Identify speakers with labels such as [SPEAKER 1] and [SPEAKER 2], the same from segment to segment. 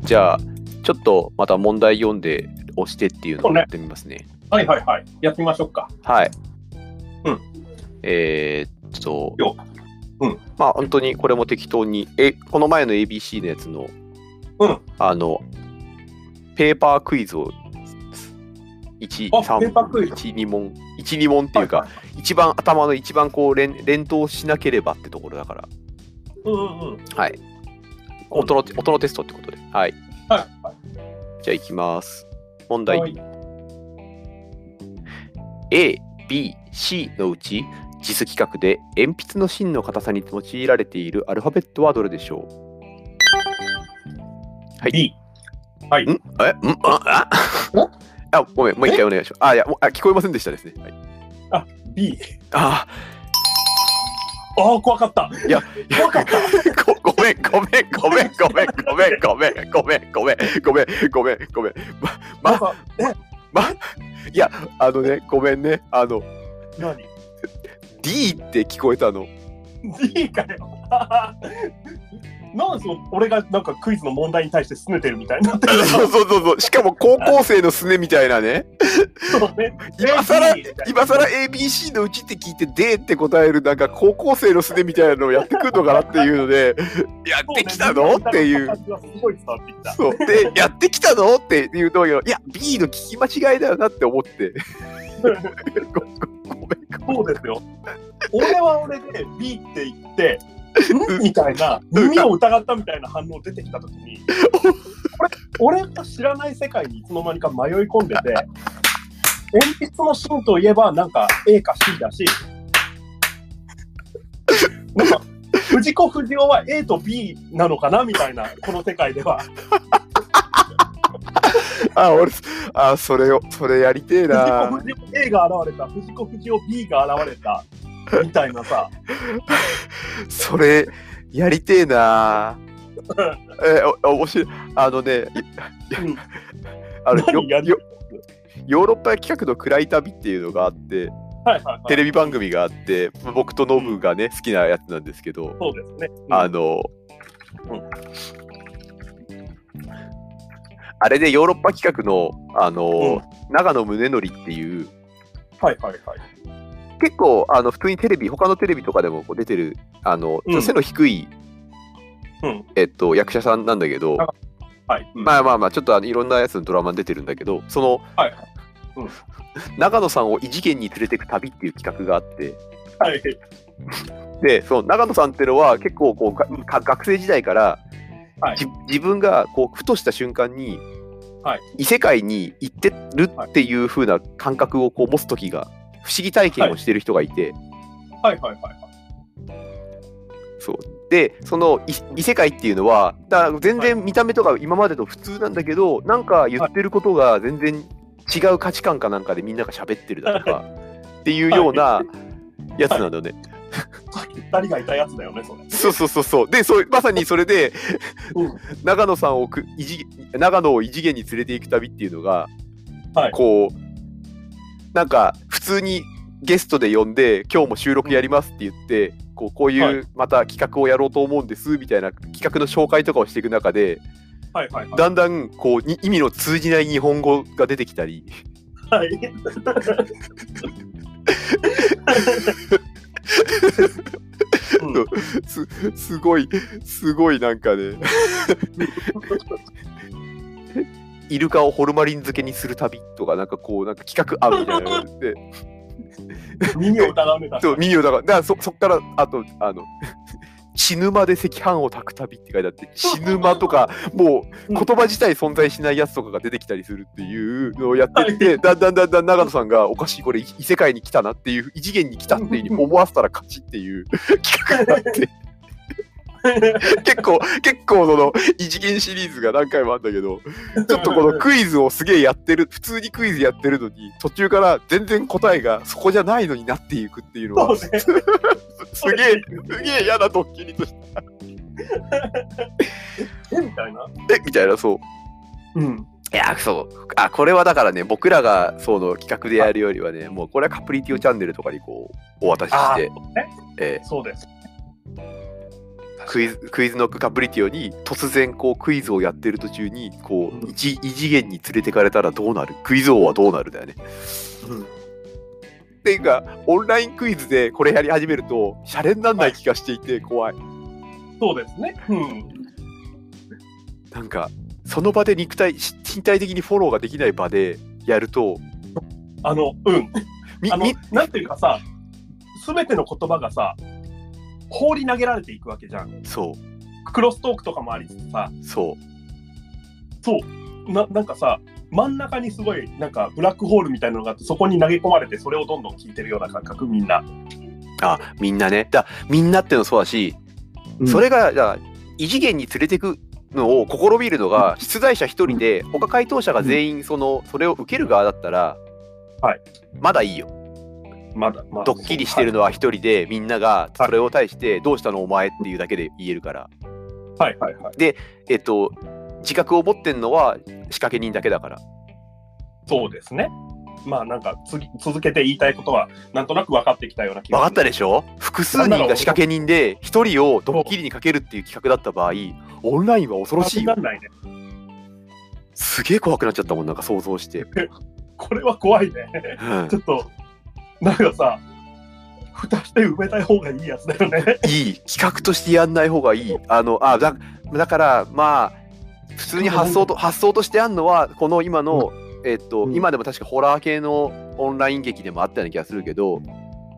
[SPEAKER 1] じゃあ、ちょっとまた問題読んで押してっていうのをやってみますね。
[SPEAKER 2] はいはいはい。やってみましょうか。
[SPEAKER 1] はい。
[SPEAKER 2] うん。
[SPEAKER 1] えー、っと
[SPEAKER 2] よ、うん。
[SPEAKER 1] まあ、本当にこれも適当に、え、この前の ABC のやつの、
[SPEAKER 2] うん。
[SPEAKER 1] あの、ペーパークイズを、1、
[SPEAKER 2] あ
[SPEAKER 1] 3
[SPEAKER 2] ペーパークイズ
[SPEAKER 1] 1、2問、1、2問っていうか、一番頭の一番こう連連動しなければってところだから、
[SPEAKER 2] うんうんうん。
[SPEAKER 1] はい。音の音のテストってことで。はい。
[SPEAKER 2] はいはい。
[SPEAKER 1] じゃあ行きます。問
[SPEAKER 2] は
[SPEAKER 1] 題。
[SPEAKER 2] い
[SPEAKER 1] A、B、C のうち、実規格で鉛筆の芯の硬さに用いられているアルファベットはどれでしょう
[SPEAKER 2] B。はい。
[SPEAKER 1] んえんあああ、ごめん、もう一回お願いします。あ、いや、もうあ聞こえませんでしたですね。はい、
[SPEAKER 2] B。
[SPEAKER 1] あ
[SPEAKER 2] ああ、怖かった。
[SPEAKER 1] いや、
[SPEAKER 2] 怖かった。
[SPEAKER 1] ごごめん、ごめん、ごめん、ごめん、ごめん、ごめん、ごめん、ごめん、ごめん、ごめん、ごめん。ま
[SPEAKER 2] なんか、
[SPEAKER 1] いや、あのね、ごめんね、あの、
[SPEAKER 2] 何
[SPEAKER 1] D って聞こえたの。
[SPEAKER 2] ?D かよ。 なんでその俺がなんかクイズの問題に対して拗ねてるみたいになってる
[SPEAKER 1] そうそうそうそう。しかも高校生のすねみたいなね。
[SPEAKER 2] そうね。
[SPEAKER 1] 今さら
[SPEAKER 2] B みたいな、
[SPEAKER 1] 今さら ABC のうちって聞いて D って答えるなんか高校生のすねみたいなのをやってくるのかなっていうので、やってきたのってい
[SPEAKER 2] 感
[SPEAKER 1] う。
[SPEAKER 2] じはすごい伝わってきた。
[SPEAKER 1] そう。で、やってきたのっていうのを、いや、B の聞き間違いだよなって思って。ごごごめん、ごめん。
[SPEAKER 2] そうですよ。俺は俺で B って言って、
[SPEAKER 1] うん
[SPEAKER 2] んみたいな、耳を疑ったみたいな反応出てきたときに、俺俺が知らない世界にいつの間にか迷い込んでて、鉛筆の芯といえば、なんか A か C だし、なんか、藤子不二雄は A と B なのかなみたいな、この世界では。
[SPEAKER 1] あ、俺、あ、それを、それやりてえ
[SPEAKER 2] 藤
[SPEAKER 1] な。
[SPEAKER 2] 子不二雄 A が現れた、藤子不二雄 B が現れた、みたいなさ。
[SPEAKER 1] それやりてえなーえおおもしあのね、い
[SPEAKER 2] うん
[SPEAKER 1] あのよ
[SPEAKER 2] 何やり
[SPEAKER 1] よヨーロッパ企画の「暗い旅」っていうのがあって
[SPEAKER 2] はいはいは
[SPEAKER 1] テ
[SPEAKER 2] い。
[SPEAKER 1] レビ番組があってまあ僕とノブがね好きなやつなんですけど
[SPEAKER 2] そうですね。うん
[SPEAKER 1] あの、
[SPEAKER 2] う
[SPEAKER 1] あれでヨーロッパ企画のあの、長野宗則っていう
[SPEAKER 2] はいはいはい。
[SPEAKER 1] 結構あの普通にテレビ他のテレビとかでもこう出てるあの、ちょっと背の低い、
[SPEAKER 2] うん
[SPEAKER 1] えっと、役者さんなんだけど、
[SPEAKER 2] あはい。うん
[SPEAKER 1] まあまあまあちょっとあのいろんなやつのドラマに出てるんだけどその
[SPEAKER 2] はい。
[SPEAKER 1] 長野さんを異次元に連れてく旅っていう企画があって
[SPEAKER 2] はい。
[SPEAKER 1] でその長野さんっていうのは結構こうがか学生時代から、
[SPEAKER 2] はい
[SPEAKER 1] じ自分がこうふとした瞬間に、
[SPEAKER 2] はい
[SPEAKER 1] 異世界に行ってるっていう風な感覚をこう持つ時が不思議体験をしてる人がいて、
[SPEAKER 2] はいはいはい。
[SPEAKER 1] そうでそのい異世界っていうのはだから全然見た目とか今までと普通なんだけどなんか言ってることが全然違う価値観かなんかでみんなが喋ってるだ とかっていうようなやつなんだよね。
[SPEAKER 2] さっき二人がいたやつだよね、それ。
[SPEAKER 1] そうそうそうそうでそうまさにそれで
[SPEAKER 2] うん。
[SPEAKER 1] 長野さんをく異次元長野を異次元に連れて行く旅っていうのが、
[SPEAKER 2] はい
[SPEAKER 1] こうなんか普通にゲストで呼んで今日も収録やりますって言ってこうこう
[SPEAKER 2] はい
[SPEAKER 1] いうまた企画をやろうと思うんですみたいな企画の紹介とかをしていく中で
[SPEAKER 2] はいはいはい。
[SPEAKER 1] だんだんこうに意味の通じない日本語が出てきたり
[SPEAKER 2] はい。うん
[SPEAKER 1] そうすすごいすごいなんかねイルカをホルマリン漬けにする旅とかなんかこうなんか企画案みたいなのが出て
[SPEAKER 2] 耳を疑うねた。
[SPEAKER 1] そう、右をだから、だからそそっから、あと、あの、 死ぬまで赤飯を炊く旅って書いてあって、死ぬ間とか、もう
[SPEAKER 2] う
[SPEAKER 1] 言
[SPEAKER 2] ん
[SPEAKER 1] 葉自体存在しないやつとかが出てきたりするっていうのをやってって、だんだんだんだん長野さんが、おかしい、これ異異世界に来たなっていう、異次元に来たっていうふうに思わせたら勝ちっていう 企画があって、結構、結構その異次元シリーズが何回もあったけど、ちょっとこのクイズをすげえやってる、普通にクイズやってるのに、途中から全然答えがそこじゃないのになっていくっていうのは、
[SPEAKER 2] そうね。
[SPEAKER 1] すげえ、すげえ嫌なドッキリとして。
[SPEAKER 2] えみたいな。
[SPEAKER 1] えみたいな、そう。
[SPEAKER 2] うん。
[SPEAKER 1] いや、そう。あ、これはだからね、僕らがその企画でやるよりはね、もうこれはカプリティオチャンネルとかにこう、お渡しして、
[SPEAKER 2] ね。
[SPEAKER 1] え
[SPEAKER 2] そうです。
[SPEAKER 1] えクイズクイズノックカプリティオに突然こうクイズをやってる途中にこう
[SPEAKER 2] うん
[SPEAKER 1] 一異次元に連れてかれたらどうなるクイズ王はどうなるだよね。
[SPEAKER 2] うん
[SPEAKER 1] っていうかオンラインクイズでこれやり始めるとシャレになんない気がしていて怖い。
[SPEAKER 2] そうですね。うん。
[SPEAKER 1] なんかその場で肉体し身体的にフォローができない場でやると
[SPEAKER 2] あの、うん。
[SPEAKER 1] み
[SPEAKER 2] あの
[SPEAKER 1] み、
[SPEAKER 2] なんていうかさ、すべての言葉がさ、放り投げられていくわけじゃん。
[SPEAKER 1] そ
[SPEAKER 2] クロストークとかもありつつさ、
[SPEAKER 1] うそう
[SPEAKER 2] そう。ななんかさ、真ん中にすごい、なんかブラックホールみたいなのがあって、そこに投げ込まれて、それをどんどん聞いてるような感覚、みんな。
[SPEAKER 1] あみんなねだみんなってのそうだし、それがだ異次元に連れてくのを試みるのが出題者一人で他回答者が全員そのそれを受ける側だったら、
[SPEAKER 2] はい
[SPEAKER 1] まだいいよ
[SPEAKER 2] まだ、まだ
[SPEAKER 1] ドッキリしてるのは一人でみんながそれを対して「どうしたのお前」っていうだけで言えるから
[SPEAKER 2] はいはいはい。
[SPEAKER 1] えっと自覚を持ってんのは仕掛け人だけだから
[SPEAKER 2] そうですね。まあなんか次続けて言いたいことはなんとなく分かってきたような気
[SPEAKER 1] 分
[SPEAKER 2] が
[SPEAKER 1] かっ
[SPEAKER 2] する
[SPEAKER 1] たでしょ複数人が仕掛け人で一人をドッキリにかけるっていう企画だった場合オンラインは恐ろしいよ
[SPEAKER 2] わかんないね。
[SPEAKER 1] すげえ怖くなっちゃったもんなんか想像して、
[SPEAKER 2] これは怖いね。
[SPEAKER 1] うん
[SPEAKER 2] ちょっとなんかさ蓋して埋めたい方がいいやつだよね。
[SPEAKER 1] いい企画としてやんない方がいいあのあだだからまあ普通に発想と発想としてあんのはこの今の、えっと、
[SPEAKER 2] うん
[SPEAKER 1] 今でも確かホラー系のオンライン劇でもあったような気がするけど、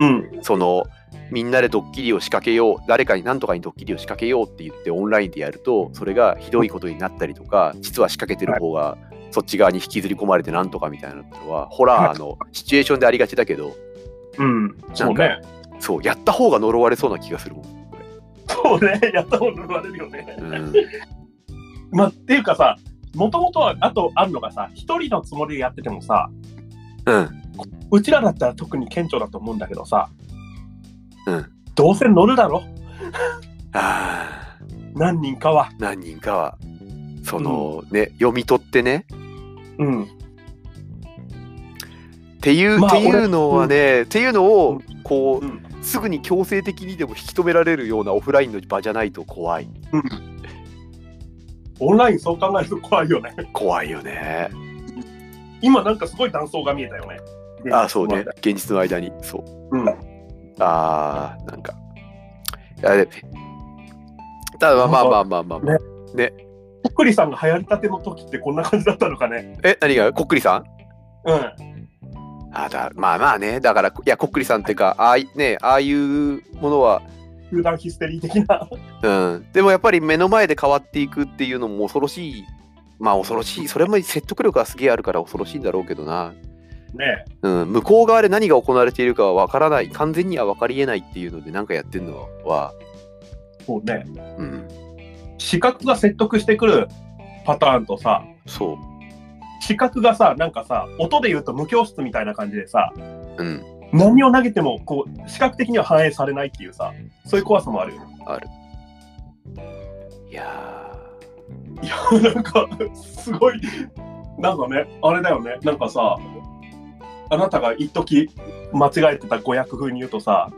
[SPEAKER 2] うん。
[SPEAKER 1] そのみんなでドッキリを仕掛けよう誰かに何とかにドッキリを仕掛けようって言ってオンラインでやるとそれがひどいことになったりとか実は仕掛けてる方がそっち側に引きずり込まれてなんとかみたいなのはホラーのシチュエーションでありがちだけど
[SPEAKER 2] うん。そうね。
[SPEAKER 1] そうやった方が呪われそうな気がするもん。
[SPEAKER 2] そうね。やった方が呪われるよね。
[SPEAKER 1] うん
[SPEAKER 2] まあっていうかさもともとはあとあるのがさ一人のつもりでやっててもさ
[SPEAKER 1] うん、
[SPEAKER 2] うちらだったら特に顕著だと思うんだけどさ、
[SPEAKER 1] うん、
[SPEAKER 2] どうせ乗るだろ
[SPEAKER 1] あー
[SPEAKER 2] 何人かは。
[SPEAKER 1] 何人かはその、ね読み取ってね
[SPEAKER 2] うん。
[SPEAKER 1] っていう、
[SPEAKER 2] まあ
[SPEAKER 1] っていうのはね、っていうのをこ
[SPEAKER 2] うん
[SPEAKER 1] うすぐに強制的にでも引き止められるようなオフラインの場じゃないと怖い
[SPEAKER 2] オンラインそう考えると怖いよね。
[SPEAKER 1] 怖いよね。
[SPEAKER 2] 今なんかすごい断層が見えたよね。
[SPEAKER 1] あそうね。現実の間にそう
[SPEAKER 2] うん。
[SPEAKER 1] あーなんかあれただまあまあまあまあ、まあ
[SPEAKER 2] ぽっくりさんが流行りたての時ってこんな感じだったのかね。
[SPEAKER 1] え何がこっくりさん
[SPEAKER 2] うん。
[SPEAKER 1] あだまあまあねだからいやこっくりさんっていうかああいねああいうものは
[SPEAKER 2] 集団ヒステリー的な。
[SPEAKER 1] うんでもやっぱり目の前で変わっていくっていうのも恐ろしいまあ恐ろしいそれも説得力がすげえあるから恐ろしいんだろうけどな、
[SPEAKER 2] ね
[SPEAKER 1] うん、向こう側で何が行われているかは分からない完全には分かりえないっていうので何かやってるのは、
[SPEAKER 2] そうね。
[SPEAKER 1] うん、
[SPEAKER 2] 視覚が説得してくるパターンとさ、
[SPEAKER 1] そ
[SPEAKER 2] 視覚がさ、なんかさ、音で言うと無教室みたいな感じでさ、
[SPEAKER 1] ううん
[SPEAKER 2] 何を投げてもこう、視覚的には反映されないっていうさ、そういう怖さもあるよ。
[SPEAKER 1] いや
[SPEAKER 2] いや、 なんか、すごい、なんかね、あれだよね、なんかさ、あなたが一時間違えてた語訳風に言うとさ、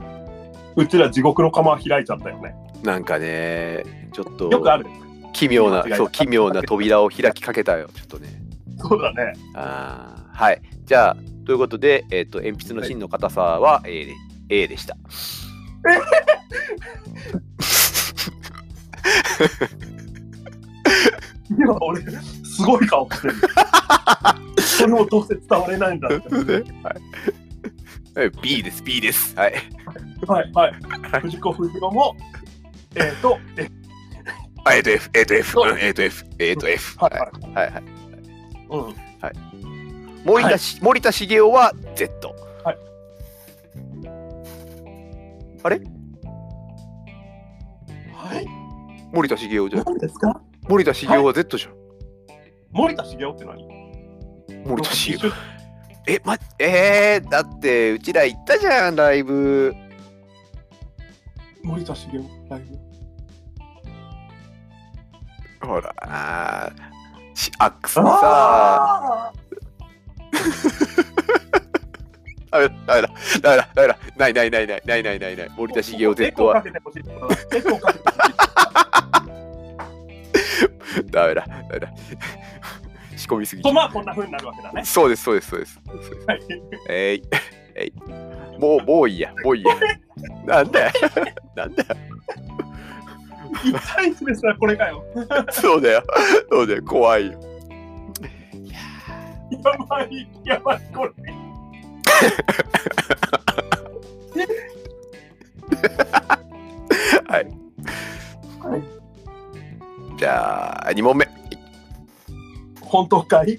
[SPEAKER 2] うちら地獄の釜は開いちゃったよね。
[SPEAKER 1] ーなんかねちょっと
[SPEAKER 2] よくある。
[SPEAKER 1] 奇妙な
[SPEAKER 2] 間違いな
[SPEAKER 1] そう奇妙な扉を開きかけたよちょっとね
[SPEAKER 2] そうだね。
[SPEAKER 1] あーはいじゃあということで、えっと鉛筆の芯の硬さは A で,、A でした
[SPEAKER 2] 今俺、すごい顔 してる。それもどうせ伝われないんだって。
[SPEAKER 1] はいはい B です B ですはい
[SPEAKER 2] はいはい。藤子不二雄も、えっ、と、えっ、
[SPEAKER 1] あ A と F A と F
[SPEAKER 2] そう
[SPEAKER 1] うん A と F A と F
[SPEAKER 2] は
[SPEAKER 1] はい
[SPEAKER 2] はい
[SPEAKER 1] はいはい
[SPEAKER 2] うん。
[SPEAKER 1] 森田し森田茂雄は Z
[SPEAKER 2] はい
[SPEAKER 1] あれ
[SPEAKER 2] はい。
[SPEAKER 1] 森田茂雄じゃん
[SPEAKER 2] 何ですか
[SPEAKER 1] 森田茂雄は Z じゃん、
[SPEAKER 2] 森田茂雄って何
[SPEAKER 1] 森田茂雄え、ま、えー、だってうちら行ったじゃんライブ
[SPEAKER 2] 森田茂雄ライブ。
[SPEAKER 1] ほらあーしアックスのさダ
[SPEAKER 2] あ
[SPEAKER 1] メだダメだダメだダメだないないないないないないないない森田茂雄
[SPEAKER 2] エ
[SPEAKER 1] Z
[SPEAKER 2] コーか
[SPEAKER 1] は
[SPEAKER 2] けてほしい。エコーかけてほしい。
[SPEAKER 1] ダメだ、ダメだ。 仕込みすぎ
[SPEAKER 2] とまあこんな風になるわけだね。
[SPEAKER 1] そうです、そうです、そうです。そうです
[SPEAKER 2] はい
[SPEAKER 1] えい、えい。もう、もういいや、もういいや。なんだよ。 なんだよ。
[SPEAKER 2] 痛いんですよこれかよ。
[SPEAKER 1] そうだよ。そうだよ、怖いよ。
[SPEAKER 2] やばい、やばい、これ。
[SPEAKER 1] はい。
[SPEAKER 2] はい
[SPEAKER 1] じゃあ、2問目。
[SPEAKER 2] 本当かい